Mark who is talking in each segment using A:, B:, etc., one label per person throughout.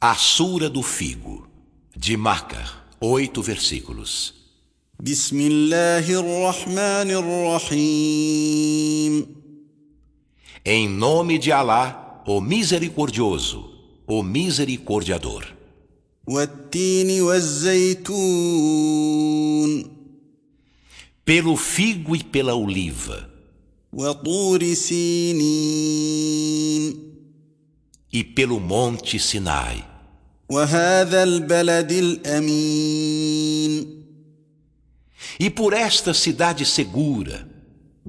A: A Sura do Figo, de Macar, oito versículos.
B: بسم الله الرحمن الرحيم
A: Em nome de Alá, o Misericordioso, o Misericordiador.
B: والتين والزيتون
A: Pelo figo e pela oliva,
B: وطور سينين
A: e pelo monte Sinai,
B: وهذا البلد الامين
A: e por esta cidade segura,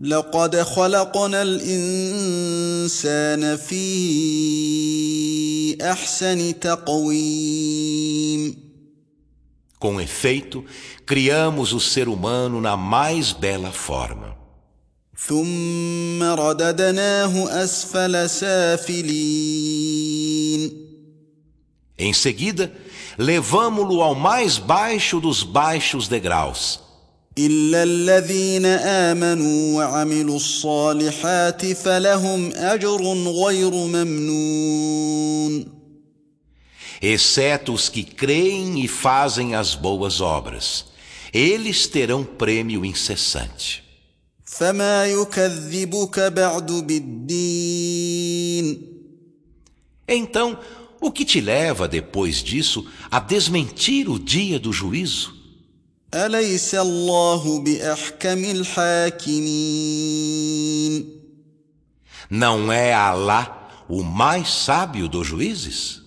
B: لقد خلقنا الانسان في احسن تقويم
A: com efeito, criamos o ser humano na mais bela forma.
B: ثم رددناه اسفل سافلين
A: Em seguida, levámo-lo ao mais baixo dos baixos degraus,
B: الا الذين امنوا وعملوا الصالحات فلهم اجر غير ممنون
A: exceto os que creem e fazem as boas obras. Eles terão prêmio incessante.
B: فما يكذبك بعد بالدين
A: Então, o que te leva depois disso a desmentir o dia do juízo?
B: اليس الله باحكم الحاكمين
A: Não é Alá o mais sábio dos juízes?